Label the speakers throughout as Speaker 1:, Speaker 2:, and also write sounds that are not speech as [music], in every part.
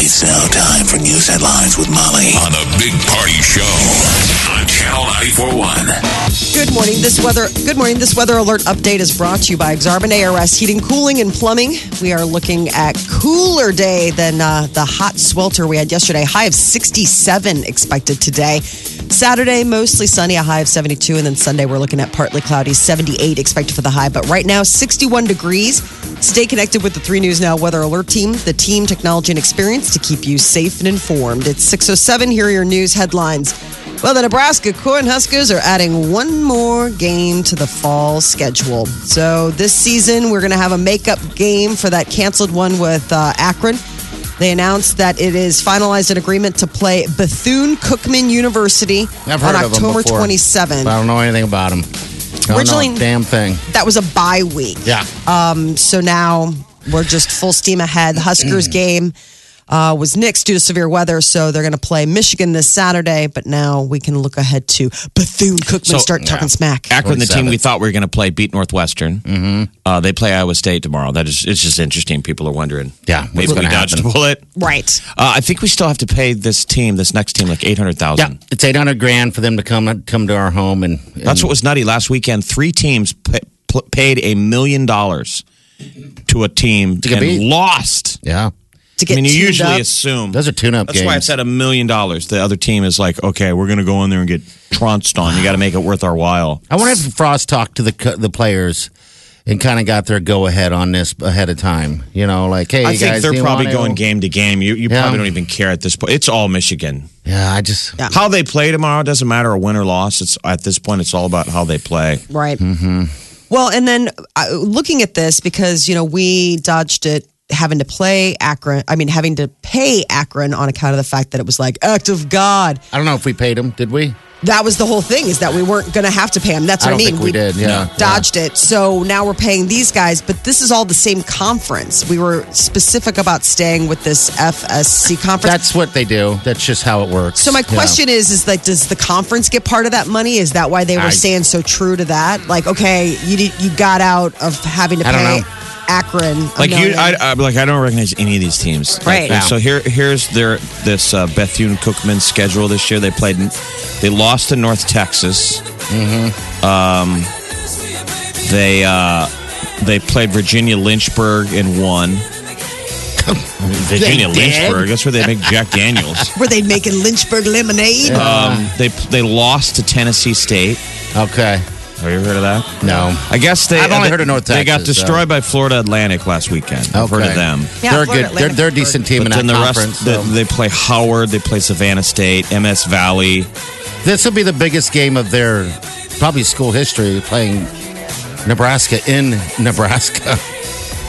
Speaker 1: It's now time for news headlines with Molly on a big party show on Channel 941.
Speaker 2: Good morning. This weather good morning. This weather alert update is brought to you by Exarban ARS Heating, Cooling, and Plumbing. We are looking at cooler day than uh, the hot swelter we had yesterday. High of 67 expected today. Saturday mostly sunny, a high of 72, and then Sunday we're looking at partly cloudy, 78 expected for the high. But right now, 61 degrees. Stay connected with the Three News Now Weather Alert Team, the team, technology, and experience to keep you safe and informed. It's 6:07. Here are your news headlines. Well, the Nebraska Cornhuskers are adding one more game to the fall schedule. So this season, we're going to have a makeup game for that canceled one with uh, Akron. They announced that it is finalized an agreement to play Bethune Cookman University
Speaker 3: I've
Speaker 2: on
Speaker 3: heard of 'em
Speaker 2: October
Speaker 3: before,
Speaker 2: 27th.
Speaker 3: but I don't know anything about them.
Speaker 2: Originally-
Speaker 3: damn thing. Uh,
Speaker 2: That was a bye week.
Speaker 3: Yeah.
Speaker 2: So now we're just full steam ahead. The
Speaker 4: Mm.
Speaker 2: Huskers game uh, was nixed due to severe weather, so they're going to play Michigan this Saturday. But now we can look ahead to Bethune Cookman.
Speaker 4: So-
Speaker 2: start talking smack.
Speaker 4: Akron, the team
Speaker 3: 27th.
Speaker 4: we thought we were going to play, beat Northwestern. Mm-hmm. Uh, they play Iowa State tomorrow. That is, it's just interesting. People are wondering.
Speaker 3: Yeah,
Speaker 4: maybe
Speaker 3: what's
Speaker 4: we
Speaker 3: gonna
Speaker 4: dodged a
Speaker 3: happen?
Speaker 4: bullet.
Speaker 2: Right.
Speaker 4: Uh, I think we still have to pay this team, this next team, like eight hundred
Speaker 3: yeah,
Speaker 4: thousand.
Speaker 3: it's eight hundred grand for them to come come to our home, and, and
Speaker 4: That's what was nutty last weekend. Three teams pa- pl- paid a million dollars to a team
Speaker 3: get
Speaker 4: and
Speaker 3: beat.
Speaker 4: lost.
Speaker 3: yeah.
Speaker 2: To
Speaker 4: I
Speaker 2: get
Speaker 4: mean, you
Speaker 2: teamed
Speaker 4: usually
Speaker 2: up.
Speaker 4: assume
Speaker 3: Those are tune-up
Speaker 4: That's why
Speaker 3: games.
Speaker 4: it's at a million dollars. The other team is like, okay, we're going to go in there and get trounced on. You got to make it worth our while.
Speaker 3: I wonder if Frost talked to the co- the players and kind of got their go ahead on this ahead of time. You know, like hey,
Speaker 4: I
Speaker 3: you
Speaker 4: think
Speaker 3: guys, do
Speaker 4: they're
Speaker 3: you
Speaker 4: probably
Speaker 3: wanna-
Speaker 4: going game to game. You, you
Speaker 3: Yeah.
Speaker 4: probably don't even care at this point. It's all Michigan.
Speaker 3: Yeah, I just
Speaker 2: Yeah.
Speaker 4: How they play tomorrow doesn't matter a win or loss. It's at this point, it's all about how they play.
Speaker 2: Right.
Speaker 4: Mm-hmm.
Speaker 2: Well, and then uh, looking at this because you know we dodged it having to play Akron. I mean, having to pay Akron on account of the fact that it was like act of God.
Speaker 3: I don't know if we paid them. Did we?
Speaker 2: That was the whole thing is that we weren't going to have to pay him. That's
Speaker 3: I
Speaker 2: what I,
Speaker 3: don't
Speaker 2: mean.
Speaker 3: think we did, yeah.
Speaker 2: dodged it. So now we're paying these guys, but this is all the same conference. We were specific about staying with this FSC conference.
Speaker 3: That's what they do. That's just how it works.
Speaker 2: So my
Speaker 3: Yeah.
Speaker 2: question is, is like, does the conference get part of that money? Is that why they were
Speaker 3: I-
Speaker 2: staying so true to that? Like, okay, you did, you got out of having to
Speaker 3: I don't
Speaker 2: pay
Speaker 3: know.
Speaker 2: Akron. a
Speaker 4: Like you,
Speaker 2: million.
Speaker 4: I, I like I don't recognize any of these teams.
Speaker 2: Right.
Speaker 4: Like, and So here, here's their this uh, Bethune Cookman schedule this year. They played, in- they lost to North Texas. Mm-hmm. Um, they uh, they played Virginia Lynchburg and
Speaker 3: [laughs]
Speaker 4: won. Virginia
Speaker 3: did?
Speaker 4: Lynchburg. That's where they make Jack
Speaker 3: [laughs]
Speaker 4: Daniels.
Speaker 2: were they making Lynchburg lemonade?
Speaker 4: Um, they they lost to Tennessee State.
Speaker 3: Okay,
Speaker 4: Have you ever heard of that?
Speaker 3: no.
Speaker 4: I guess they.
Speaker 3: I've only
Speaker 4: they,
Speaker 3: heard of North
Speaker 4: They got
Speaker 3: Texas, so.
Speaker 4: destroyed by Florida Atlantic last weekend. I've heard
Speaker 3: Okay.
Speaker 4: of them.
Speaker 2: Yeah,
Speaker 3: they're
Speaker 2: Florida
Speaker 3: good. They're, they're a decent team
Speaker 4: But then
Speaker 3: in that
Speaker 4: the
Speaker 3: conference.
Speaker 4: rest,
Speaker 3: so.
Speaker 4: they, they play Howard, they play Savannah State, MS Valley.
Speaker 3: This will be the biggest game of their probably school history playing Nebraska in [laughs] Nebraska.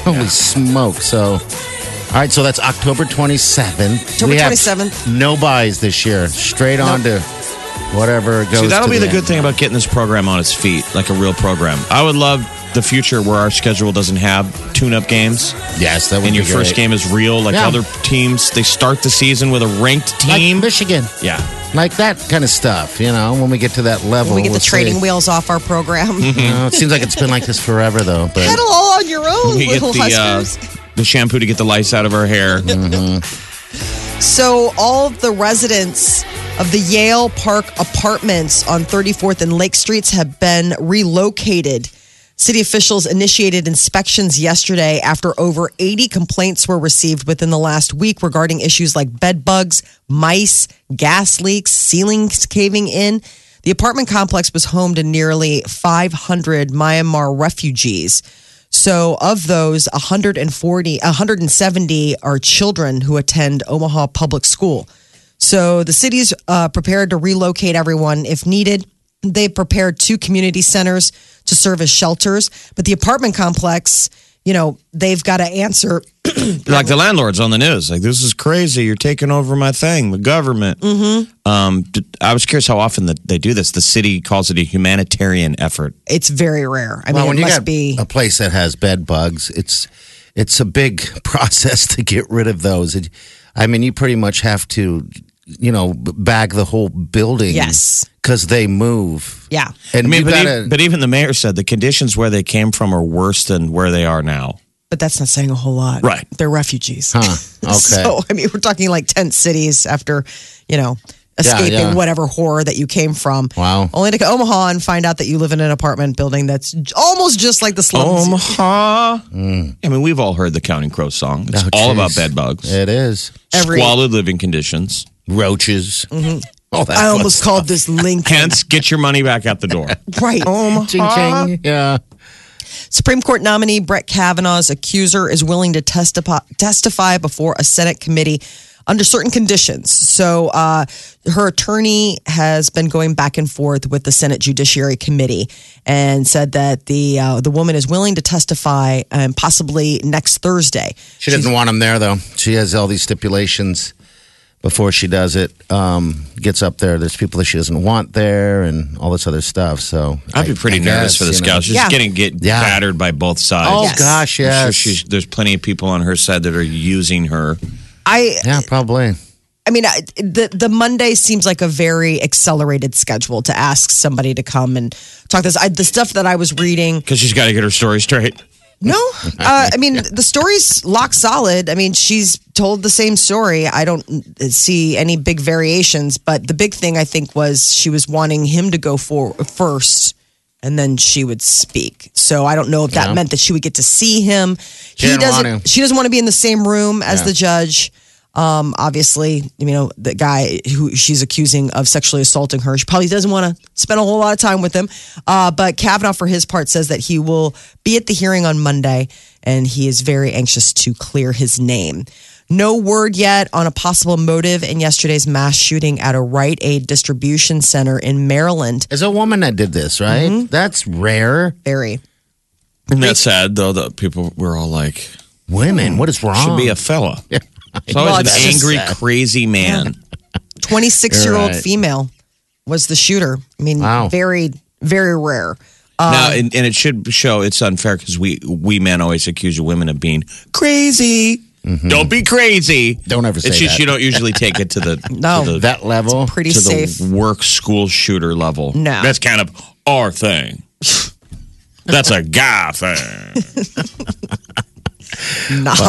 Speaker 3: Holy smoke. So, all right, so that's October 27th.
Speaker 2: October
Speaker 3: We have
Speaker 2: 27th.
Speaker 3: No buys this year. Straight on to whatever goes
Speaker 4: See, that'll
Speaker 3: to
Speaker 4: be the, good
Speaker 3: end.
Speaker 4: thing about getting this program on its feet, like a real program. I would love the future where our schedule doesn't have tune-up games,
Speaker 3: Yes, that would
Speaker 4: and
Speaker 3: be
Speaker 4: your first
Speaker 3: great.
Speaker 4: game is real. Like
Speaker 3: Yeah.
Speaker 4: other teams, they start the season with a ranked
Speaker 3: Like
Speaker 4: team.
Speaker 3: Michigan.
Speaker 4: yeah,
Speaker 3: Like that kind of stuff, you know, when we get to that level.
Speaker 2: When we get the
Speaker 3: we'll
Speaker 2: trading
Speaker 3: see.
Speaker 2: wheels off our
Speaker 3: [laughs]
Speaker 2: program.
Speaker 3: You know, it seems like it's been like this forever, though. But
Speaker 2: Pedal all on your own,
Speaker 4: we get
Speaker 2: little
Speaker 4: the uh,
Speaker 2: Huskers.
Speaker 4: the shampoo to get the lice out of our
Speaker 3: [laughs]
Speaker 4: hair.
Speaker 2: So all of the residents of the Yale Park apartments on 34th and Lake Streets have been relocated. City officials initiated inspections yesterday after over 80 complaints were received within the last week regarding issues like bed bugs, mice, gas leaks, ceilings caving in. The apartment complex was home to nearly 500 Myanmar refugees. So, of those, 140, 170 are children who attend Omaha Public School. So, the city's uh, prepared to relocate everyone if needed. They've prepared two community centers to serve as shelters, but the apartment complex you know, they've got to answer.
Speaker 4: like the landlords on the news. Like this is crazy. You're taking over my thing. The government. Mm-hmm. Um, d- I was curious how often that they do this. The city calls it a humanitarian effort.
Speaker 2: It's very rare. I
Speaker 3: Well,
Speaker 2: mean,
Speaker 3: when
Speaker 2: it
Speaker 3: you
Speaker 2: must
Speaker 3: got
Speaker 2: be.
Speaker 3: a place that has bed bugs, it's it's a big [laughs] process to get rid of those. It, I mean, you pretty much have to, you know, b- bag the whole building.
Speaker 2: Yes.
Speaker 3: because they move.
Speaker 2: Yeah.
Speaker 3: and
Speaker 4: I mean,
Speaker 3: you
Speaker 4: but,
Speaker 3: gotta,
Speaker 4: even, but even the mayor said the conditions where they came from are worse than where they are now.
Speaker 2: But that's not saying a whole lot.
Speaker 4: Right.
Speaker 2: They're refugees.
Speaker 3: Huh. Okay.
Speaker 2: [laughs] so, I mean, we're talking like tent cities after, you know, escaping
Speaker 3: yeah.
Speaker 2: whatever horror that you came from.
Speaker 3: Wow.
Speaker 2: Only to go to Omaha and find out that you live in an apartment building that's j- almost just like the slums.
Speaker 4: Omaha. Mm. I mean, we've all heard the Counting Crow song. It's
Speaker 3: Oh,
Speaker 4: all
Speaker 3: geez.
Speaker 4: about bed bugs,
Speaker 3: it is
Speaker 2: Every-
Speaker 4: squalid living conditions.
Speaker 3: roaches. [laughs] All that
Speaker 2: Mm-hmm. I
Speaker 3: fun
Speaker 2: almost
Speaker 3: stuff.
Speaker 2: called this Lincoln.
Speaker 4: Hence, get your money back out the
Speaker 3: [laughs]
Speaker 4: door.
Speaker 2: Right.
Speaker 3: Ching, ching. Yeah,
Speaker 2: Supreme Court nominee Brett Kavanaugh's accuser is willing to testify, testify before a Senate committee under certain conditions. So uh, her attorney has been going back and forth with the Senate Judiciary Committee and said that the uh, the woman is willing to testify um, possibly next Thursday.
Speaker 3: she doesn't want them there though. She has all these stipulations before she does it. Um, gets up there. There's people that she doesn't want there, and all this other stuff. So
Speaker 4: I'd be
Speaker 3: I-
Speaker 4: pretty
Speaker 3: I
Speaker 4: nervous
Speaker 3: guess,
Speaker 4: for this
Speaker 3: you know.
Speaker 4: gal. She's
Speaker 2: Yeah.
Speaker 4: getting get
Speaker 3: Yeah.
Speaker 4: battered by both sides.
Speaker 3: Oh
Speaker 2: Yes.
Speaker 3: gosh,
Speaker 4: I'm
Speaker 3: yes.
Speaker 4: sure she's, there's plenty of people on her side that are using her.
Speaker 2: I
Speaker 3: yeah, probably.
Speaker 2: I mean, I, the the Monday seems like a very accelerated schedule to ask somebody to come and talk this. I, the stuff that I was reading
Speaker 4: Because she's got to get her story straight.
Speaker 2: No,
Speaker 3: [laughs]
Speaker 2: uh, I mean the story's lock solid. I mean she's told the same story. I don't see any big variations. But the big thing I think was she was wanting him to go for first, and then she would speak. So I don't know if that
Speaker 3: Yeah.
Speaker 2: meant that she would get to see him. he
Speaker 3: didn't
Speaker 2: doesn't.
Speaker 3: want to.
Speaker 2: She doesn't want to be in the same room as the judge. Um, obviously, you know the guy who she's accusing of sexually assaulting her. She probably doesn't want to spend a whole lot of time with him. Uh, but Kavanaugh, for his part, says that he will be at the hearing on Monday, and he is very anxious to clear his name. No word yet on a possible motive in yesterday's mass shooting at a Rite Aid distribution center in Maryland.
Speaker 3: It's a woman that did this, right? That's rare.
Speaker 2: Very.
Speaker 4: And that's sad, though, that people were all like,
Speaker 3: Women, what is wrong?
Speaker 4: should be a fella. It's always
Speaker 2: Well,
Speaker 4: an
Speaker 2: it's just
Speaker 4: angry,
Speaker 3: sad.
Speaker 4: crazy man.
Speaker 2: 26 year old
Speaker 3: You're right.
Speaker 2: female was the shooter. I mean,
Speaker 3: Wow.
Speaker 2: very, very rare. Uh,
Speaker 4: now, and, and it should show it's unfair because we, we men always accuse women of being crazy. Don't be crazy.
Speaker 3: Don't ever say
Speaker 4: it's just
Speaker 3: that.
Speaker 4: you don't usually take it to the,
Speaker 2: No.
Speaker 4: to the,
Speaker 3: that level.
Speaker 2: Pretty
Speaker 4: to
Speaker 2: safe.
Speaker 4: the work school shooter level.
Speaker 2: No.
Speaker 4: That's kind of our thing. That's a guy thing.
Speaker 2: [laughs] Not.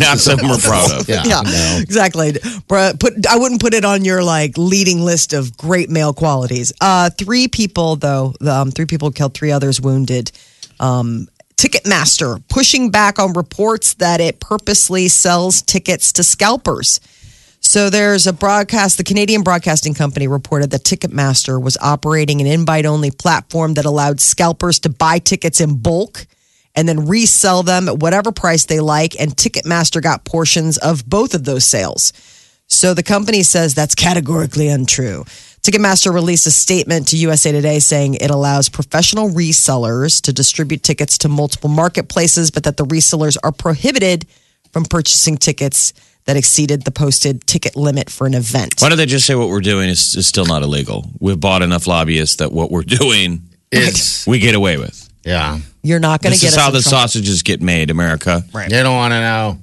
Speaker 4: Not something we're proud of.
Speaker 3: [laughs] yeah,
Speaker 2: yeah,
Speaker 3: no.
Speaker 2: exactly. Bruh, Put I wouldn't put it on your like leading list of great male qualities. Uh, three people though, um, three people killed, three others wounded. Um, Ticketmaster pushing back on reports that it purposely sells tickets to scalpers. So there's a broadcast. The Canadian Broadcasting Company reported that Ticketmaster was operating an invite only platform that allowed scalpers to buy tickets in bulk and then resell them at whatever price they like. And Ticketmaster got portions of both of those sales. So the company says that's categorically untrue. Ticketmaster released a statement to USA Today saying it allows professional resellers to distribute tickets to multiple marketplaces, but that the resellers are prohibited from purchasing tickets that exceeded the posted ticket limit for an event.
Speaker 4: Why don't they just say what we're doing is, is still not illegal? We've bought enough lobbyists that what we're doing [laughs]
Speaker 3: It's
Speaker 4: we get away with.
Speaker 3: yeah.
Speaker 2: You're not going to
Speaker 4: This
Speaker 2: get
Speaker 4: is
Speaker 2: us
Speaker 4: how
Speaker 2: in
Speaker 4: the
Speaker 2: trouble.
Speaker 4: sausages get made, America.
Speaker 3: They don't want to know.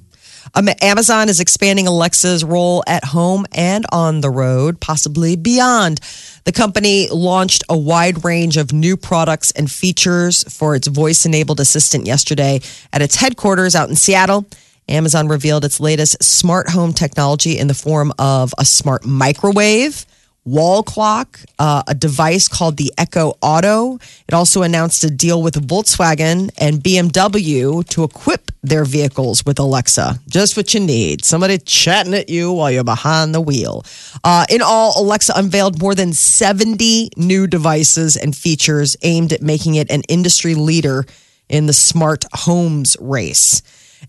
Speaker 2: Um, Amazon is expanding Alexa's role at home and on the road, possibly beyond. The company launched a wide range of new products and features for its voice enabled assistant yesterday at its headquarters out in Seattle. Amazon revealed its latest smart home technology in the form of a smart microwave, wall clock, uh, a device called the Echo Auto. It also announced a deal with Volkswagen and BMW to equip their vehicles with Alexa. Just what you need somebody chatting at you while you're behind the wheel. Uh, in all, Alexa unveiled more than 70 new devices and features aimed at making it an industry leader in the smart homes race.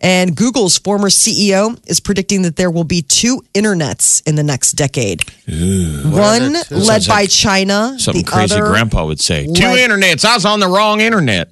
Speaker 2: And Google's former CEO is predicting that there will be two internets in the next decade. One
Speaker 3: What are the two?
Speaker 2: led
Speaker 4: Sounds
Speaker 2: by
Speaker 4: like
Speaker 2: China,
Speaker 4: Something
Speaker 2: the
Speaker 4: crazy
Speaker 2: other
Speaker 4: grandpa would say. Two
Speaker 2: Like-
Speaker 4: internets. I was on the wrong internet.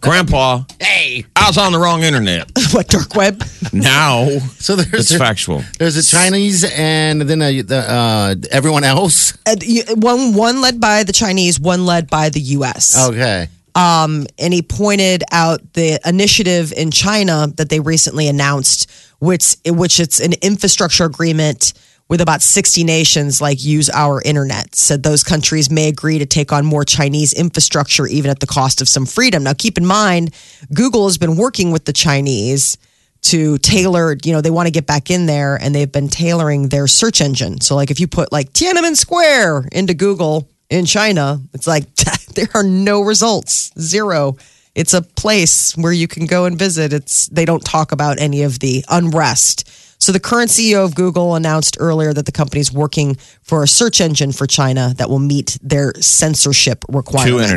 Speaker 4: grandpa. Hey. I was on the wrong internet.
Speaker 2: [laughs] what
Speaker 4: [laughs]
Speaker 2: dark web. [laughs]
Speaker 4: Now
Speaker 3: So there's
Speaker 4: it's
Speaker 3: a-
Speaker 4: factual.
Speaker 3: There's a Chinese and then a, the, uh, everyone else.
Speaker 2: And you- one one led by the Chinese, one led by the U.S.
Speaker 4: Oh.
Speaker 3: Okay. [laughs]
Speaker 2: and he pointed out the initiative in China that they recently announced, which which it's an infrastructure agreement with about 60 nations like use our internet said those countries may agree to take on more chinese infrastructure even at the cost of some freedom now keep in mind google has been working with the chinese to tailor you know they want to get back in there and they've been tailoring their search engine so like if you put like tiananmen square into google in China, it's like [laughs] there are no results, zero. It's a place where you can go and visit. It's they don't talk about any of the unrest. So the current CEO of Google announced earlier that the company's working for a search engine for China that will meet their censorship
Speaker 4: Two
Speaker 2: requirements.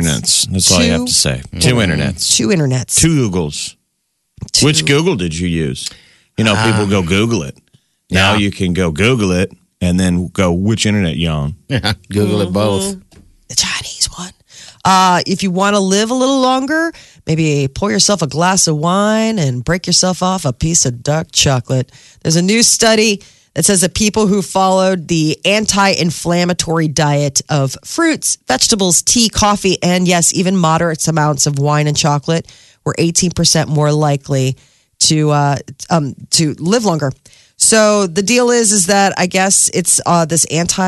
Speaker 4: internets. That's all you have to say. Two internets.
Speaker 2: Two internets.
Speaker 4: Two Googles.
Speaker 2: Mm. Two. Um,
Speaker 4: Which Google did you use? You know, people go Google it. Now
Speaker 3: Yeah.
Speaker 4: you can go Google it and then go which internet you on.
Speaker 3: Yeah. Google it both.
Speaker 2: the Chinese one. Uh, if you want to live a little longer, maybe pour yourself a glass of wine and break yourself off a piece of dark chocolate. There's a new study that says that people who followed the anti inflammatory diet of fruits, vegetables, tea, coffee, and yes, even moderate amounts of wine and chocolate were 18% more likely to uh, um, to live longer. So the deal is is that I guess it's uh, this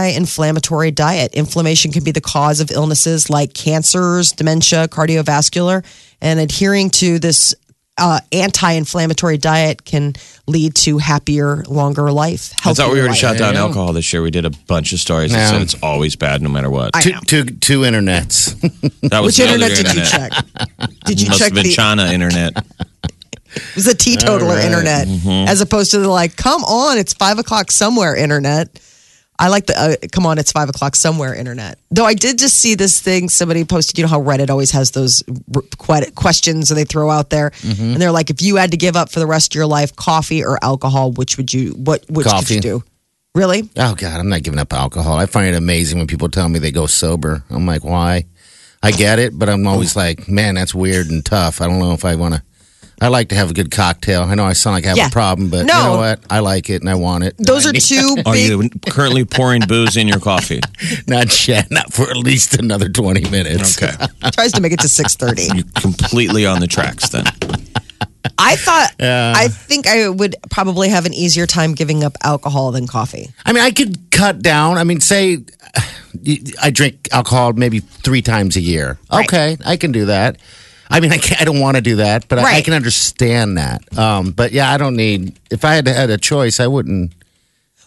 Speaker 2: anti-inflammatory diet. Inflammation can be the cause of illnesses like cancers, dementia, cardiovascular, and adhering to this uh, anti-inflammatory diet can lead to happier, longer life.
Speaker 4: I thought we
Speaker 2: healthier
Speaker 4: already
Speaker 2: life.
Speaker 4: shot down alcohol this year. We did a bunch of stories that
Speaker 3: Yeah.
Speaker 4: said it's always bad no matter what.
Speaker 3: Two, two, two internets.
Speaker 4: That was
Speaker 2: Which
Speaker 4: the other
Speaker 2: internet did you check?
Speaker 4: [laughs]
Speaker 2: Did you
Speaker 4: Must
Speaker 2: check
Speaker 4: have been
Speaker 2: the
Speaker 4: China
Speaker 2: [laughs]
Speaker 4: internet.
Speaker 2: it was the teetotaler internet
Speaker 4: Mm-hmm.
Speaker 2: as opposed to the like, come on, it's five o'clock somewhere internet. I like the uh, come on, it's five o'clock somewhere internet. Though I did just see this thing somebody posted. You know how Reddit always has those r- que- questions that they throw out there,
Speaker 4: Mm-hmm.
Speaker 2: and they're like, if you had to give up for the rest of your life coffee or alcohol, which would you what which
Speaker 3: Coffee.
Speaker 2: could you do? Really?
Speaker 3: Oh God, I'm not giving up alcohol. I find it amazing when people tell me they go sober. I'm like, why? I get it, but I'm always like, man, that's weird and tough. I don't know if I want to. I like to have a good cocktail. I know I sound like I have
Speaker 2: Yeah.
Speaker 3: a problem, but you
Speaker 2: No.
Speaker 3: know what? I like it and I want it.
Speaker 2: Those are two
Speaker 4: [laughs] Are
Speaker 2: big.
Speaker 4: you currently pouring booze in your
Speaker 2: [laughs]
Speaker 4: coffee?
Speaker 3: [laughs] Not yet. Not for at least another 20 minutes.
Speaker 4: Okay.
Speaker 2: tries to make it to
Speaker 4: [laughs]
Speaker 2: six thirty.
Speaker 4: You're completely on the tracks then.
Speaker 2: I thought I think I would probably have an easier time giving up alcohol than coffee.
Speaker 3: I mean, I could cut down. I mean, say [sighs] uh, I drink alcohol maybe three times a year. Okay, I can do that. I mean, I, can't, I don't want to do that, but I, I
Speaker 2: Right.
Speaker 3: can understand that. Um, but yeah, I don't need. If I had had a choice, I wouldn't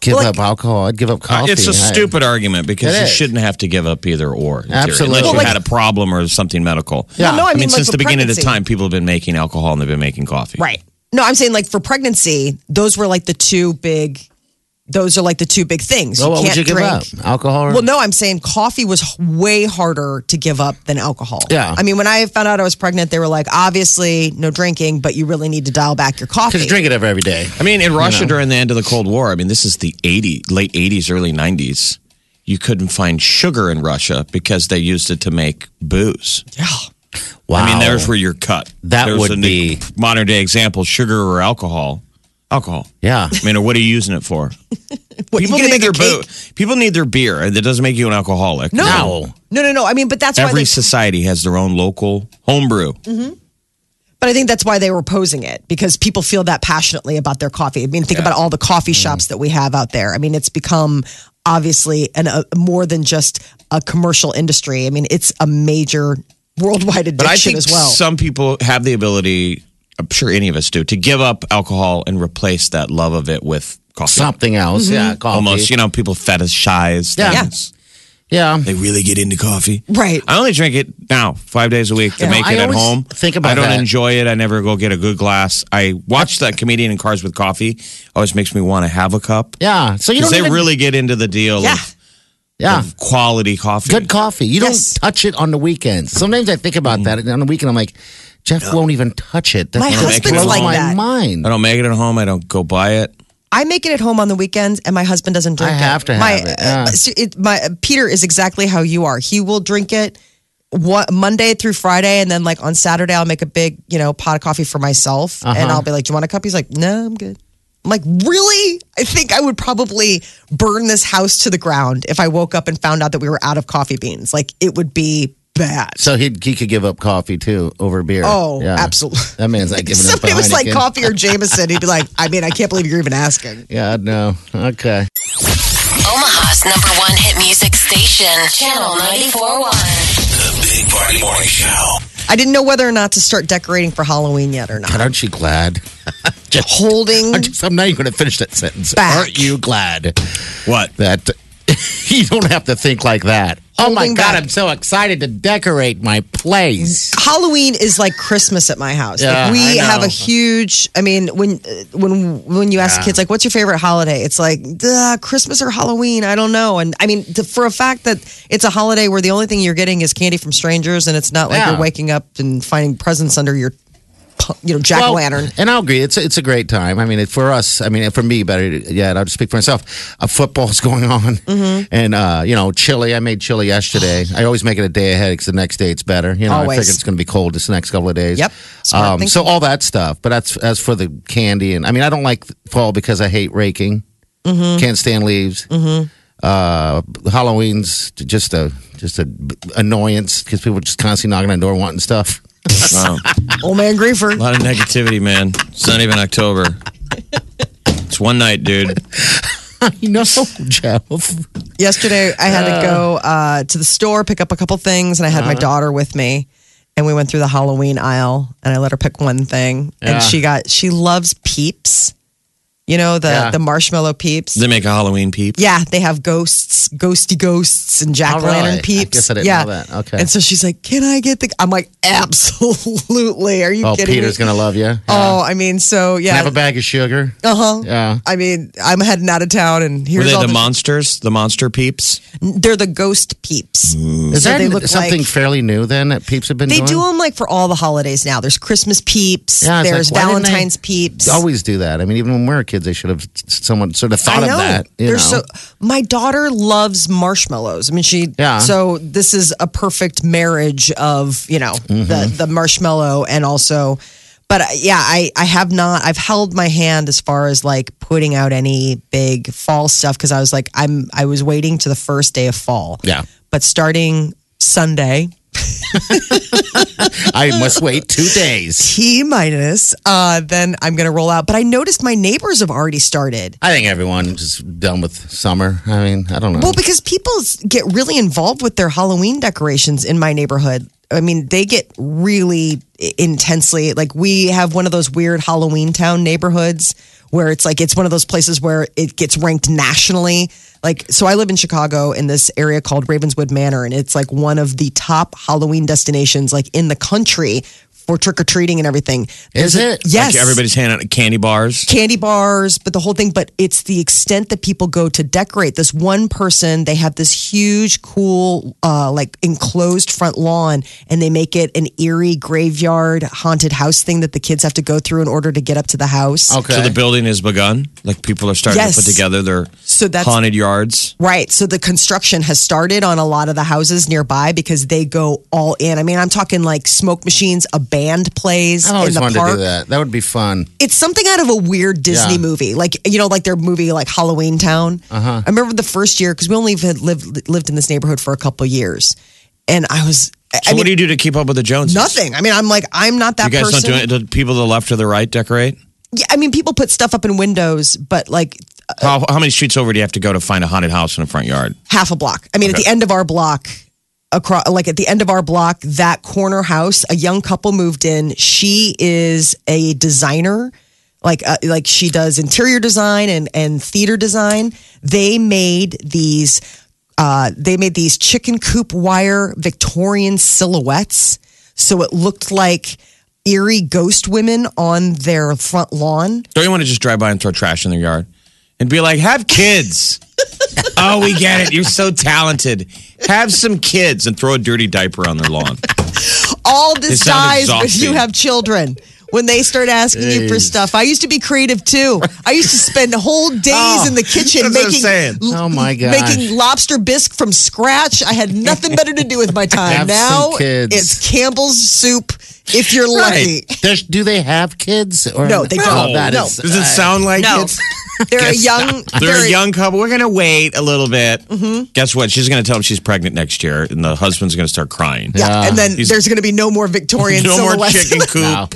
Speaker 3: give
Speaker 2: Well,
Speaker 3: up alcohol. I'd give up
Speaker 4: Uh,
Speaker 3: coffee.
Speaker 4: it's a
Speaker 3: I-
Speaker 4: stupid argument because
Speaker 3: It
Speaker 4: you
Speaker 3: is.
Speaker 4: shouldn't have to give up either or. in theory,
Speaker 3: Absolutely.
Speaker 4: Unless
Speaker 3: Well,
Speaker 4: you
Speaker 3: like-
Speaker 4: had a problem or something medical.
Speaker 3: Yeah.
Speaker 2: Well, no, I
Speaker 4: I mean,
Speaker 2: mean, like
Speaker 4: since
Speaker 2: for
Speaker 4: the beginning
Speaker 2: pregnancy.
Speaker 4: of time, people have been making alcohol and they've been making coffee.
Speaker 2: Right. No, I'm saying like for pregnancy, those were like the two big. Those are like the two big things.
Speaker 3: Well, what would
Speaker 2: can't
Speaker 3: you give
Speaker 2: drink.
Speaker 3: up? Alcohol? Or,
Speaker 2: Well, no, I'm saying coffee was h- way harder to give up than alcohol.
Speaker 3: Yeah.
Speaker 2: I mean, when I found out I was pregnant, they were like, obviously, no drinking, but you really need to dial back your coffee.
Speaker 3: Because you drink it every day.
Speaker 4: I mean, in Russia during the end of the Cold War, I mean, this is the 80, late 80s, early 90s. You couldn't find sugar in Russia because they used it to make booze.
Speaker 3: Wow.
Speaker 4: I mean, there's where you're cut.
Speaker 3: That
Speaker 4: there's
Speaker 3: would
Speaker 4: a new
Speaker 3: be-
Speaker 4: modern day example: sugar or alcohol. Alcohol. [laughs]
Speaker 3: Yeah.
Speaker 4: I mean, or what are you using it for?
Speaker 2: [sighs] [laughs] What, you
Speaker 4: people
Speaker 2: gonna
Speaker 4: need
Speaker 2: make
Speaker 4: their
Speaker 2: a
Speaker 4: boo- people need their beer, and that doesn't make you an alcoholic.
Speaker 2: No.
Speaker 3: No.
Speaker 2: No, no, no. I mean, but that's why.
Speaker 4: Every
Speaker 2: They,
Speaker 4: society has their own local homebrew.
Speaker 2: but I think that's why they were opposing it because people feel that passionately about their coffee. I mean, think about all the coffee
Speaker 4: Mm-hmm.
Speaker 2: shops that we have out there. I mean, it's become obviously an, a, more than just a commercial industry. I mean, it's a major worldwide addiction
Speaker 4: But I think
Speaker 2: as well.
Speaker 4: some people have the ability. I'm sure any of us do to give up alcohol and replace that love of it with coffee.
Speaker 3: Something else.
Speaker 2: Mm-hmm.
Speaker 3: Yeah. Coffee.
Speaker 4: Almost, you know, people fetishize.
Speaker 3: Yeah.
Speaker 4: things.
Speaker 3: Yeah.
Speaker 4: They really get into coffee.
Speaker 2: Right.
Speaker 4: I only drink it now, five days a week to
Speaker 3: Yeah.
Speaker 4: make
Speaker 3: I
Speaker 4: it at
Speaker 3: always
Speaker 4: home.
Speaker 3: think about
Speaker 4: I don't
Speaker 3: that.
Speaker 4: enjoy it. I never go get a good glass. I watch that comedian in Cars with Coffee. Always makes me want to have a cup.
Speaker 3: Yeah. So you don't
Speaker 4: Because they
Speaker 3: even-
Speaker 4: really get into the deal
Speaker 2: Yeah.
Speaker 4: of,
Speaker 3: Yeah.
Speaker 4: of quality coffee.
Speaker 3: Good coffee. You
Speaker 2: Yes.
Speaker 3: don't touch it on the weekends. Sometimes I think about that and on the weekend. I'm like, Jeff won't even touch it. That
Speaker 2: My
Speaker 3: blows
Speaker 4: husband's like
Speaker 3: my
Speaker 2: that.
Speaker 3: mind.
Speaker 4: I don't make it at home. I don't go buy it.
Speaker 2: I make it at home on the weekends, and my husband doesn't drink
Speaker 3: I
Speaker 2: it.
Speaker 3: have to have
Speaker 2: my,
Speaker 3: it, yeah.
Speaker 2: uh, so it- my Peter is exactly how you are. He will drink it what, Monday through Friday, and then like on Saturday, I'll make a big you know pot of coffee for myself,
Speaker 3: Uh-huh.
Speaker 2: and I'll be like, "Do you want a cup?" He's like, "No, I'm good." I'm like, "Really?" I think I would probably burn this house to the ground if I woke up and found out that we were out of coffee beans. Like it would be bad.
Speaker 3: So he he could give up coffee too over beer.
Speaker 2: Oh,
Speaker 3: Yeah.
Speaker 2: absolutely.
Speaker 3: That man's
Speaker 2: [laughs]
Speaker 3: like
Speaker 2: If
Speaker 3: giving up.
Speaker 2: somebody
Speaker 3: a
Speaker 2: was like
Speaker 3: Heineken.
Speaker 2: coffee or Jameson, he'd be like, "I mean, I can't believe you're even asking."
Speaker 3: Yeah, I'd know. Okay.
Speaker 5: Omaha's number one hit music station, Channel 94.1.
Speaker 1: The Big Party Morning Show.
Speaker 2: I didn't know whether or not to start decorating for Halloween yet or
Speaker 3: God,
Speaker 2: not.
Speaker 3: aren't
Speaker 2: [laughs]
Speaker 3: you glad?
Speaker 2: Holding
Speaker 3: I'm, just, I'm not even going to finish that sentence.
Speaker 2: Back.
Speaker 3: Aren't you glad
Speaker 4: What?
Speaker 3: that [laughs] you don't have to think like that? oh my
Speaker 2: Holding
Speaker 3: God,
Speaker 2: back.
Speaker 3: I'm so excited to decorate my place.
Speaker 2: Halloween is like Christmas at my house.
Speaker 3: Yeah,
Speaker 2: like
Speaker 3: I
Speaker 2: we
Speaker 3: know.
Speaker 2: have a huge. I mean, when uh, when when you ask kids like, "What's your favorite holiday?" It's like Duh, Christmas or Halloween. I don't know. And I mean, to, for a fact that it's a holiday where the only thing you're getting is candy from strangers, and it's not like
Speaker 3: Yeah.
Speaker 2: you're waking up and finding presents under your pu- you know jack o'
Speaker 3: Well,
Speaker 2: lantern.
Speaker 3: And I'll agree, it's it's a great time. I mean, it, for us, I mean, for me, better yet, I'll just speak for myself. Uh, football's [laughs] going on,
Speaker 2: Mm-hmm.
Speaker 3: and uh, you know, chili. I made chili
Speaker 2: [sighs]
Speaker 3: yesterday. I always make it a day ahead because the next day it's better. You know,
Speaker 2: Always.
Speaker 3: I figured it's going to be cold this next couple of days.
Speaker 2: Yep. Smart
Speaker 3: Um, so
Speaker 2: thinking.
Speaker 3: all that stuff. But that's as for the candy, and I mean, I don't like fall because I hate raking.
Speaker 2: Mm-hmm.
Speaker 3: Can't stand leaves. Uh, Halloween's just a just a annoyance because people are just constantly knocking on the door wanting stuff. [laughs]
Speaker 4: Wow.
Speaker 2: Old man Griefer.
Speaker 4: A lot of negativity, man. It's not even October. It's one night, dude.
Speaker 3: You know, [laughs] Jeff.
Speaker 2: [laughs] Yesterday, I had to go uh, to the store, pick up a couple things, and I had
Speaker 3: Uh-huh.
Speaker 2: my daughter with me. And we went through the Halloween aisle, and I let her pick one thing,
Speaker 3: Yeah.
Speaker 2: and she got she loves peeps. You know the
Speaker 3: Yeah.
Speaker 2: the marshmallow peeps.
Speaker 4: They make a Halloween peep.
Speaker 2: yeah, they have ghosts, ghosty ghosts, and jack o' lantern
Speaker 3: Oh, really? I
Speaker 2: peeps.
Speaker 3: guess I didn't
Speaker 2: yeah.
Speaker 3: know that. Okay.
Speaker 2: And so she's like, "Can I get the?" I'm like, "Absolutely." Are you
Speaker 3: Oh,
Speaker 2: kidding
Speaker 3: Peter's
Speaker 2: me?
Speaker 3: gonna love you. Yeah.
Speaker 2: Oh, I mean, so
Speaker 3: Can I have
Speaker 2: yeah.
Speaker 3: a bag of sugar.
Speaker 2: Uh huh.
Speaker 3: Yeah.
Speaker 2: I mean, I'm heading out of town, and
Speaker 4: Were
Speaker 2: here's
Speaker 4: they
Speaker 2: all
Speaker 4: the,
Speaker 2: the
Speaker 4: monsters? The monster peeps?
Speaker 2: they're the ghost peeps.
Speaker 3: Is
Speaker 2: So
Speaker 3: that
Speaker 2: they look
Speaker 3: something
Speaker 2: like-
Speaker 3: fairly new then that peeps have been
Speaker 2: They
Speaker 3: doing?
Speaker 2: do them like for all the holidays now. There's Christmas peeps.
Speaker 3: Yeah, it's
Speaker 2: there's
Speaker 3: like, why didn't they
Speaker 2: Valentine's peeps.
Speaker 3: Always do that. I mean, even when we were kids, they should have someone sort of
Speaker 2: I
Speaker 3: thought
Speaker 2: know.
Speaker 3: of that. You
Speaker 2: They're so.
Speaker 3: know?
Speaker 2: My daughter loves marshmallows. I mean, she.
Speaker 3: Yeah.
Speaker 2: So this is a perfect marriage of you know the
Speaker 3: Mm-hmm.
Speaker 2: the marshmallow and also, but uh, yeah, I I have not. I've held my hand as far as like putting out any big fall stuff because I was like I'm I was waiting to the first day of fall.
Speaker 3: Yeah.
Speaker 2: But starting Sunday,
Speaker 3: I
Speaker 2: [laughs]
Speaker 3: must wait two days.
Speaker 2: T minus, uh, then I'm going to roll out. But I noticed my neighbors have already started.
Speaker 3: I think everyone's just done with summer. I mean, I don't know.
Speaker 2: Well, because people s- get really involved with their Halloween decorations in my neighborhood. I mean, they get really i- intensely. Like, we have one of those weird Halloween town neighborhoods where it's like, it's one of those places where it gets ranked nationally. Like, so I live in Chicago in this area called Ravenswood Manor, and it's like one of the top Halloween destinations, like in the country for trick or treating and everything.
Speaker 3: Is
Speaker 2: There's a-
Speaker 3: it?
Speaker 2: Yes.
Speaker 4: Like everybody's handing out candy bars.
Speaker 2: candy bars, but the whole thing. But it's the extent that people go to decorate. This one person, they have this huge, cool, uh, like enclosed front lawn, and they make it an eerie graveyard haunted house thing that the kids have to go through in order to get up to the house.
Speaker 3: okay.
Speaker 4: So the building has begun. Like people are starting
Speaker 2: Yes.
Speaker 4: to put together their
Speaker 2: So that's-
Speaker 4: haunted yards.
Speaker 2: Right. So the construction has started on a lot of the houses nearby because they go all in. I mean, I'm talking like smoke machines, a band plays
Speaker 3: I
Speaker 2: in
Speaker 3: always
Speaker 2: the
Speaker 3: wanted
Speaker 2: park.
Speaker 3: to do that. That would be fun.
Speaker 2: it's something out of a weird Disney
Speaker 3: Yeah.
Speaker 2: movie, like you know, like their movie like Halloween Town. Uh-huh. I remember the first year because we only had lived lived in this neighborhood for a couple years, and I was I-
Speaker 4: So
Speaker 2: I
Speaker 4: what
Speaker 2: mean
Speaker 4: do you do to keep up with the Joneses?
Speaker 2: nothing. I mean, I'm like I'm not that
Speaker 4: You guys
Speaker 2: person.
Speaker 4: don't do it. Do people to the left or the right decorate?
Speaker 2: Yeah, I mean, people put stuff up in windows, but like
Speaker 4: How, how many streets over do you have to go to find a haunted house in a front yard?
Speaker 2: half a block. I mean, at the end of our block, across like at the end of our block, that corner house, a young couple moved in. She is a designer, like uh, like she does interior design and and theater design. They made these. Uh, they made these chicken coop wire Victorian silhouettes, so it looked like eerie ghost women on their front lawn.
Speaker 4: Don't you want to just drive by and throw trash in their yard and be like, have kids? oh, we get it. You're so talented. Have some kids and throw a dirty diaper on their lawn.
Speaker 2: all this
Speaker 4: They sound
Speaker 2: dies
Speaker 4: exhausting.
Speaker 2: when you have children. When they start asking you for stuff, I used to be creative too. I used to spend
Speaker 4: [laughs]
Speaker 2: whole days in the kitchen
Speaker 4: Oh, that's what I'm
Speaker 2: making
Speaker 4: saying.
Speaker 2: l-
Speaker 3: Oh, my gosh.
Speaker 2: making lobster bisque from scratch. I had nothing better to do with my time.
Speaker 3: Have some
Speaker 2: now
Speaker 3: kids.
Speaker 2: it's Campbell's soup if you're lucky.
Speaker 3: There's, do they have kids? Or
Speaker 2: [laughs] No, they
Speaker 3: Oh,
Speaker 2: don't.
Speaker 3: that
Speaker 2: No.
Speaker 3: is- uh,
Speaker 4: Does it sound like
Speaker 2: No,
Speaker 4: it's?
Speaker 2: they're a Mm-hmm. young.
Speaker 4: They're a young couple. We're going to wait a little bit. Guess what? She's going to tell him she's pregnant next year, and the husband's going to start crying.
Speaker 2: Yeah, and then
Speaker 4: Ah, He's-
Speaker 2: there's going to be no more Victorian
Speaker 4: [laughs] No more
Speaker 2: silhouettes.
Speaker 4: chicken
Speaker 2: [laughs]
Speaker 4: coop.
Speaker 3: No.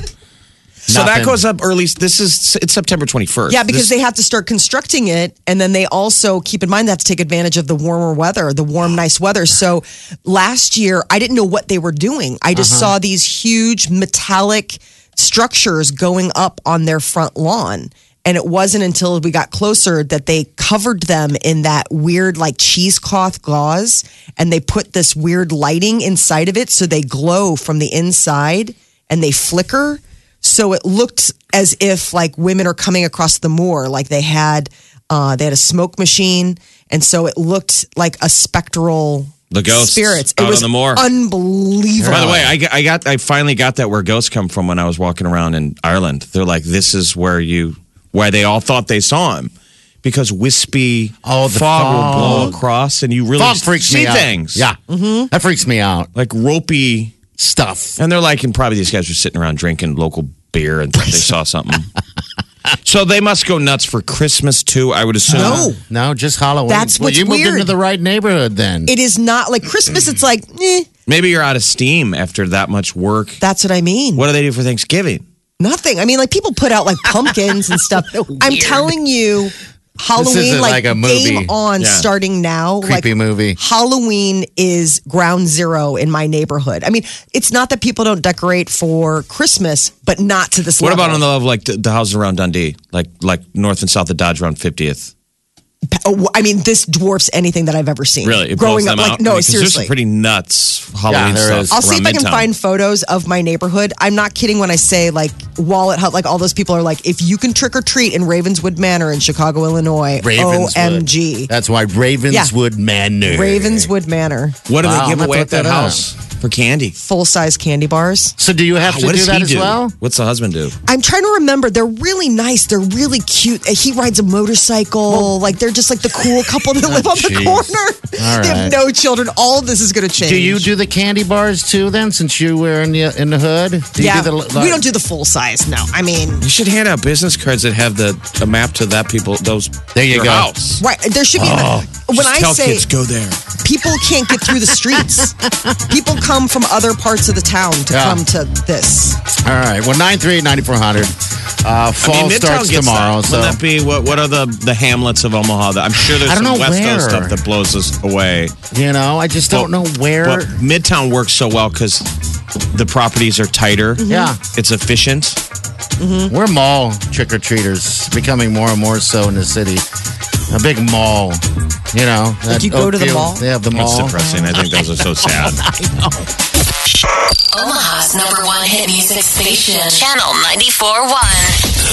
Speaker 4: So
Speaker 3: Nothing.
Speaker 4: that goes up early. This is it's September 21st.
Speaker 2: Yeah, because
Speaker 4: This-
Speaker 2: they have to start constructing it, and then they also keep in mind they have to take advantage of the warmer weather, the warm, nice weather. So last year, I didn't know what they were doing. I just saw these huge metallic structures going up on their front lawn. And it wasn't until we got closer that they covered them in that weird, like cheesecloth gauze. And they put this weird lighting inside of it so they glow from the inside and they flicker. So it looked as if like women are coming across the moor, like they had uh, they had a smoke machine, and so it looked like a spectral
Speaker 4: The ghosts
Speaker 2: spirits. It
Speaker 4: out
Speaker 2: was
Speaker 4: on the moor.
Speaker 2: unbelievable.
Speaker 4: By the way, I, g- I got I finally got that where ghosts come from when I was walking around in Ireland. They're like, this is where you why they all thought they saw him because wispy
Speaker 3: Oh, the
Speaker 4: fog, will
Speaker 3: fog.
Speaker 4: blow across and you really
Speaker 3: Fog freaks
Speaker 4: see
Speaker 3: me out.
Speaker 4: things.
Speaker 3: Yeah,
Speaker 2: Mm-hmm.
Speaker 3: that freaks me out.
Speaker 4: like ropey,
Speaker 3: Stuff.
Speaker 4: and they're like, and probably these guys were sitting around drinking local beer and thought they
Speaker 3: [laughs]
Speaker 4: saw something. so they must go nuts for Christmas too. I would assume.
Speaker 2: No.
Speaker 3: No, just Halloween.
Speaker 2: That's
Speaker 3: well,
Speaker 2: what's
Speaker 3: you moved
Speaker 2: weird.
Speaker 3: into the right neighborhood then.
Speaker 2: it is not like Christmas. It's like eh,
Speaker 4: Maybe you're out of steam after that much work.
Speaker 2: that's what I mean.
Speaker 4: What do they do for Thanksgiving?
Speaker 2: Nothing. I mean, like people put out like pumpkins and stuff. I'm telling you. Halloween,
Speaker 3: isn't like a movie.
Speaker 2: game on
Speaker 4: Yeah.
Speaker 2: starting now.
Speaker 3: Creepy
Speaker 2: like,
Speaker 3: movie.
Speaker 2: Halloween is ground zero in my neighborhood. I mean, it's not that people don't decorate for Christmas, but not to this
Speaker 4: What
Speaker 2: level.
Speaker 4: about on the level like the, the houses around Dundee, like like north and south of Dodge around 50th?
Speaker 2: Oh, I mean, this dwarfs anything that I've ever seen.
Speaker 4: Really, it
Speaker 2: growing
Speaker 4: blows
Speaker 2: up,
Speaker 4: them
Speaker 2: like
Speaker 4: out?
Speaker 2: no,
Speaker 4: I mean, 'cause There's
Speaker 2: seriously.
Speaker 4: some pretty nuts Halloween
Speaker 3: Yeah, there
Speaker 4: stuff.
Speaker 3: is.
Speaker 2: I'll see if
Speaker 4: around
Speaker 2: I can
Speaker 4: Midtown.
Speaker 2: find photos of my neighborhood. I'm not kidding when I say like Wallet Hut, like all those people are like, if you can trick or treat in Ravenswood Manor in Chicago, Illinois,
Speaker 3: Ravenswood.
Speaker 2: OMG,
Speaker 3: That's why Ravenswood Manor.
Speaker 2: Ravenswood Manor,
Speaker 4: What do
Speaker 3: Wow,
Speaker 4: they give
Speaker 3: I'm gonna
Speaker 4: away
Speaker 3: have
Speaker 4: at that
Speaker 3: to look that
Speaker 4: house for candy?
Speaker 2: full size candy bars.
Speaker 3: So do you have to
Speaker 4: Ah, what
Speaker 3: do
Speaker 4: does
Speaker 3: that
Speaker 4: he
Speaker 3: as
Speaker 4: do?
Speaker 3: well?
Speaker 4: What's the husband do?
Speaker 2: I'm trying to remember. They're really nice. They're really cute. Uh, He rides a motorcycle. like they're just like the cool couple
Speaker 3: [laughs]
Speaker 2: that live on the
Speaker 3: Oh, jeez.
Speaker 2: corner.
Speaker 3: All
Speaker 2: they have
Speaker 3: right.
Speaker 2: no children. All of this is going to change.
Speaker 3: Do you do the candy bars too then since you were in the in the hood? Do you
Speaker 2: yeah,
Speaker 3: do the, like-
Speaker 2: we don't do the full size. No, I mean,
Speaker 4: You should hand out business cards that have the a map to that people those
Speaker 3: There you
Speaker 4: their
Speaker 3: go.
Speaker 4: house.
Speaker 2: right? There should be.
Speaker 3: Oh.
Speaker 2: when
Speaker 4: Just
Speaker 2: I
Speaker 4: tell
Speaker 2: say
Speaker 4: kids go there.
Speaker 2: people can't get through the
Speaker 3: [laughs]
Speaker 2: streets, people come from other parts of the town to
Speaker 3: Yeah.
Speaker 2: come to this.
Speaker 3: All right. Well, 938-9400. Uh, fall
Speaker 4: I mean, Midtown
Speaker 3: starts
Speaker 4: gets
Speaker 3: tomorrow,
Speaker 4: That.
Speaker 3: so
Speaker 4: Wouldn't that be what? What are the the hamlets of Omaha? That I'm sure there's
Speaker 3: I don't
Speaker 4: some
Speaker 3: know
Speaker 4: West
Speaker 3: where.
Speaker 4: Coast stuff that blows us away.
Speaker 3: you know, I just don't know where.
Speaker 4: But Midtown works so well because the properties are tighter.
Speaker 3: Mm-hmm. Yeah.
Speaker 4: it's efficient.
Speaker 3: We're mall trick or treaters, becoming more and more so in the city. A big mall, you know. that
Speaker 2: you go to the
Speaker 3: Oakview,
Speaker 2: mall?
Speaker 3: They have the
Speaker 4: That's
Speaker 3: mall.
Speaker 4: depressing. I think those are so
Speaker 3: [laughs]
Speaker 4: sad.
Speaker 5: Omaha's number one hit music station. Channel 94.1.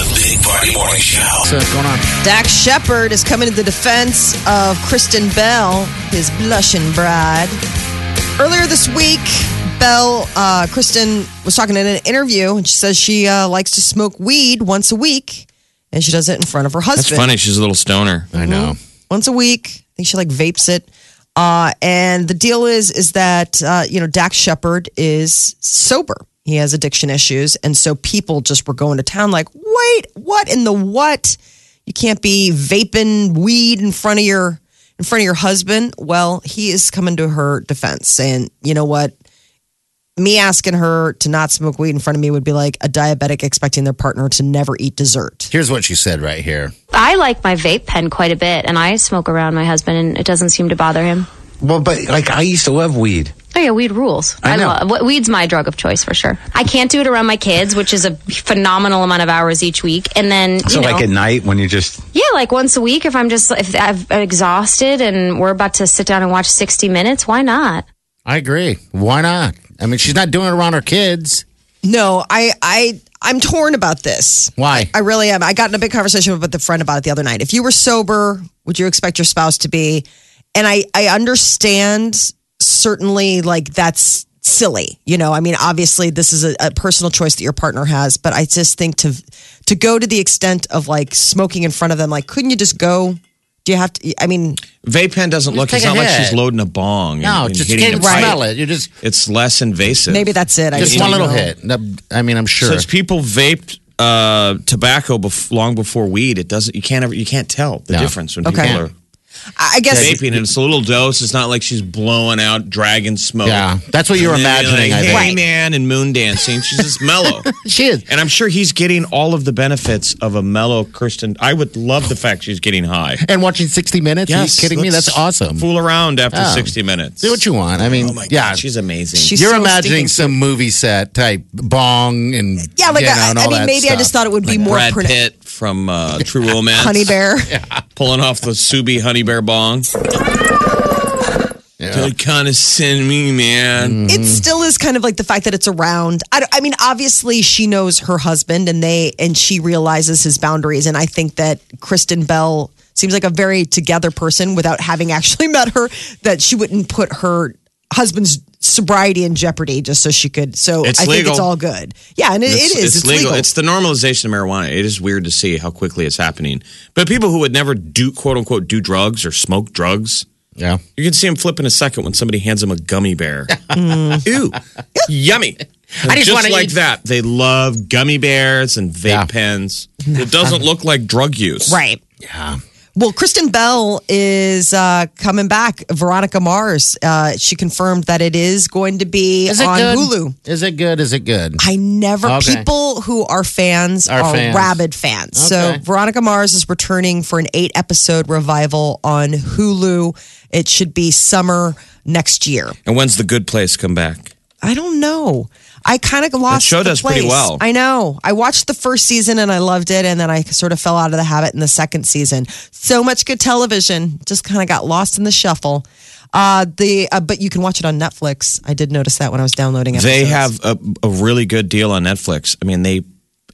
Speaker 1: The Big Party Morning Show.
Speaker 3: So what's going on?
Speaker 2: Dax Shepard is coming to the defense of Kristen Bell, his blushing bride. Earlier this week, Bell, uh, Kristen was talking in an interview, and she says she uh, likes to smoke weed once a week, and she does it in front of her
Speaker 4: That's
Speaker 2: husband
Speaker 4: funny. She's a little stoner.
Speaker 3: I know.
Speaker 2: once a week. I think she like vapes it. Uh, and the deal is, is that uh, you know Dax Shepard is sober. He has addiction issues, and so people just were going to town like, wait, what in the what? You can't be vaping weed in front of your in front of your husband. Well, he is coming to her defense, saying, you know what? Me asking her to not smoke weed in front of me would be like a diabetic expecting their partner to never eat dessert.
Speaker 3: Here's what she said right here.
Speaker 6: I like my vape pen quite a bit, and I smoke around my husband, and it doesn't seem to bother him.
Speaker 7: Well, but like I used to love weed.
Speaker 6: Oh yeah, weed rules.
Speaker 7: I know.
Speaker 6: love weed's my drug of choice for sure. I can't do it around my kids, which is a phenomenal amount of hours each week, and then
Speaker 7: So
Speaker 6: you know,
Speaker 7: like at night when you're just
Speaker 6: yeah, like once a week if I'm just if I'm exhausted and we're about to sit down and watch 60 minutes, why not?
Speaker 3: I agree. Why not? I mean, she's not doing it around her kids.
Speaker 2: No, I I I'm torn about this.
Speaker 3: Why?
Speaker 2: I really am. I got in a big conversation with a friend about it the other night. If you were sober, would you expect your spouse to be? And I I understand certainly like that's silly. You know, I mean, obviously this is a, a personal choice that your partner has, but I just think to to go to the extent of like smoking in front of them, like couldn't you just go? Do you have to? I mean,
Speaker 4: Vape pen doesn't look.
Speaker 3: take
Speaker 4: It's
Speaker 3: a
Speaker 4: not like
Speaker 3: hit.
Speaker 4: she's loading a bong.
Speaker 3: No,
Speaker 4: and, and
Speaker 3: just
Speaker 4: hitting
Speaker 3: can't
Speaker 4: a pipe.
Speaker 3: smell it. You just
Speaker 4: It's less invasive.
Speaker 2: maybe that's it. I
Speaker 3: just
Speaker 2: don't
Speaker 3: one little
Speaker 2: know.
Speaker 3: hit. I mean, I'm sure.
Speaker 4: Since people vaped uh, tobacco bef- long before weed, it doesn't. You can't ever. You can't tell the
Speaker 3: No.
Speaker 4: difference when
Speaker 2: Okay.
Speaker 4: people are
Speaker 2: I I guess
Speaker 4: vaping. And it's a little dose. It's not like she's blowing out dragon smoke.
Speaker 3: Yeah, that's what you're
Speaker 4: And then
Speaker 3: imagining.
Speaker 4: Like,
Speaker 3: I
Speaker 4: hey
Speaker 3: think
Speaker 4: man, and moon dancing. She's just
Speaker 3: [laughs]
Speaker 4: mellow.
Speaker 3: she is.
Speaker 4: And I'm sure he's getting all of the benefits of a mellow Kirsten. I would love the fact she's getting high.
Speaker 3: And watching 60 Minutes? Are you kidding me?
Speaker 4: let's
Speaker 3: That's awesome.
Speaker 4: Fool around after
Speaker 3: Yeah.
Speaker 4: 60 minutes.
Speaker 3: Do what you want. I mean,
Speaker 4: Oh my God,
Speaker 3: yeah,
Speaker 4: she's amazing.
Speaker 2: She's
Speaker 3: you're
Speaker 2: so
Speaker 3: imagining
Speaker 2: stinking
Speaker 3: some movie set type bong and
Speaker 2: Yeah, like
Speaker 3: you know,
Speaker 2: I,
Speaker 3: and
Speaker 2: I
Speaker 3: all
Speaker 2: mean,
Speaker 3: that
Speaker 2: maybe I
Speaker 3: stuff.
Speaker 2: just thought it would be more
Speaker 4: Brad
Speaker 2: pronounced.
Speaker 4: Pitt from
Speaker 3: [laughs]
Speaker 4: uh, True Romance.
Speaker 2: Honey Bear.
Speaker 4: [laughs]
Speaker 2: [laughs]
Speaker 4: Pulling off the Subi Honey Bear bong.
Speaker 3: Yeah.
Speaker 4: Don't condescend me, man.
Speaker 3: Mm.
Speaker 2: It still is kind of like the fact that it's around. I, don't- I mean, obviously she knows her husband, and they and she realizes his boundaries. And I think that Kristen Bell seems like a very together person without having actually [laughs] met her. That she wouldn't put her husband's sobriety in jeopardy just so she could. So
Speaker 4: It's
Speaker 2: I think it's
Speaker 4: legal.
Speaker 2: all good. Yeah, and it, it is. It's, legal.
Speaker 4: It's the normalization of marijuana. It is weird to see how quickly it's happening. But people who would never do, quote unquote, do drugs or smoke drugs,
Speaker 3: yeah.
Speaker 4: you can see them flip in a second when somebody hands them a gummy
Speaker 3: [laughs]
Speaker 4: bear. Ew. Yummy.
Speaker 3: Mm. I just wanna
Speaker 4: like
Speaker 3: eat-
Speaker 4: that. They love gummy bears and vape
Speaker 3: Yeah.
Speaker 4: pens. It doesn't look like drug use.
Speaker 2: right.
Speaker 3: Yeah.
Speaker 2: Well, Kristen Bell is uh, coming back. Veronica Mars. Uh, she confirmed that it is going to be
Speaker 3: Is it
Speaker 2: on
Speaker 3: good?
Speaker 2: Hulu.
Speaker 3: Is it good? Is it good?
Speaker 2: I never.
Speaker 3: Okay.
Speaker 2: People who are fans are,
Speaker 3: Are fans.
Speaker 2: rabid fans. So
Speaker 3: Okay.
Speaker 2: Veronica Mars is returning for an eight episode revival on Hulu. It should be summer next year.
Speaker 4: And when's the good place come back?
Speaker 2: I don't know. I kind of lost.
Speaker 4: show
Speaker 2: the
Speaker 4: does pretty
Speaker 2: place.
Speaker 4: well.
Speaker 2: I know. I watched the first season and I loved it, and then I sort of fell out of the habit in the second season. So much good television, just kind of got lost in the shuffle. Uh, the uh, but you can watch it on Netflix. I did notice that when I was downloading it.
Speaker 4: They have a, a really good deal on Netflix. I mean, they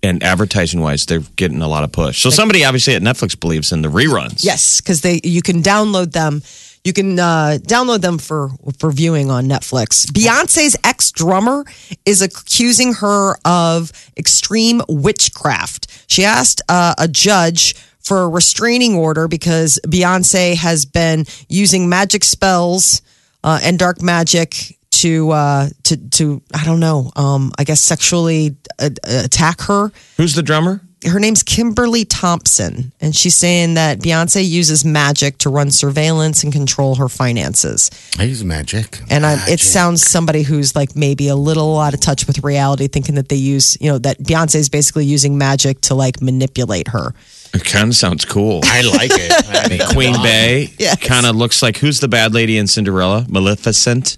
Speaker 4: and advertising wise, they're getting a lot of push. So somebody obviously at Netflix believes in the reruns.
Speaker 2: Yes, because they you can download them. You can uh, download them for for viewing on Netflix. Beyonce's ex drummer is accusing her of extreme witchcraft. She asked uh, a judge for a restraining order because Beyonce has been using magic spells uh, and dark magic to uh, to to I don't know. Um, I guess sexually uh, attack her
Speaker 4: Who's the drummer?
Speaker 2: her name's Kimberly Thompson, and she's saying that Beyonce uses magic to run surveillance and control her finances.
Speaker 3: I use magic.
Speaker 2: And I, it
Speaker 3: Magic.
Speaker 2: sounds somebody who's like maybe a little out of touch with reality, thinking that they use, you know, that Beyonce is basically using magic to like manipulate her.
Speaker 4: It kind of sounds cool.
Speaker 3: I like [laughs] it. I mean,
Speaker 4: Queen Bay
Speaker 2: Yes.
Speaker 4: kind of looks like who's the bad lady in Cinderella? Maleficent.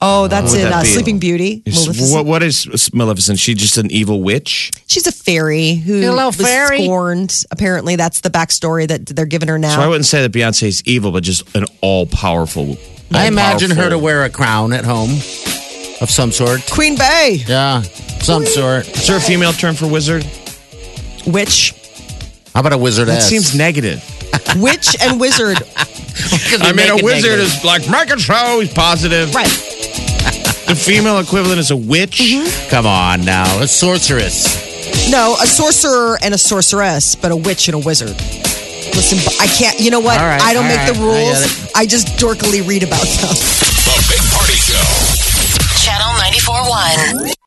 Speaker 2: Oh, that's in
Speaker 4: that
Speaker 2: uh,
Speaker 4: be?
Speaker 2: Sleeping Beauty.
Speaker 4: Is-
Speaker 2: Maleficent.
Speaker 4: What, what is Maleficent? She just an evil witch.
Speaker 2: She's a fairy who
Speaker 3: Hello,
Speaker 2: was
Speaker 3: fairy.
Speaker 2: scorned. Apparently, that's the backstory that they're giving her
Speaker 4: So I
Speaker 2: now.
Speaker 4: wouldn't say that Beyonce's evil, but just an all powerful.
Speaker 3: I imagine her to wear a crown at home of some sort.
Speaker 2: Queen Bay,
Speaker 3: Yeah, some sort.
Speaker 4: Is there a female term for wizard?
Speaker 2: witch,
Speaker 3: How about a wizard?
Speaker 4: That
Speaker 3: [laughs]
Speaker 4: seems negative.
Speaker 2: witch, and wizard.
Speaker 4: I mean, a wizard is like make it so he's positive.
Speaker 2: Right. Mm-hmm.
Speaker 4: The female equivalent is a witch.
Speaker 3: Come on now, a sorceress.
Speaker 2: No, a sorcerer and a sorceress, but a witch and a wizard. Listen, I can't. You know what?
Speaker 3: All right,
Speaker 2: I don't
Speaker 3: all
Speaker 2: make the
Speaker 3: right, I
Speaker 2: rules.
Speaker 3: get
Speaker 2: I, just dorkily read about them.
Speaker 1: The Big Party Show.
Speaker 5: Channel 94.1.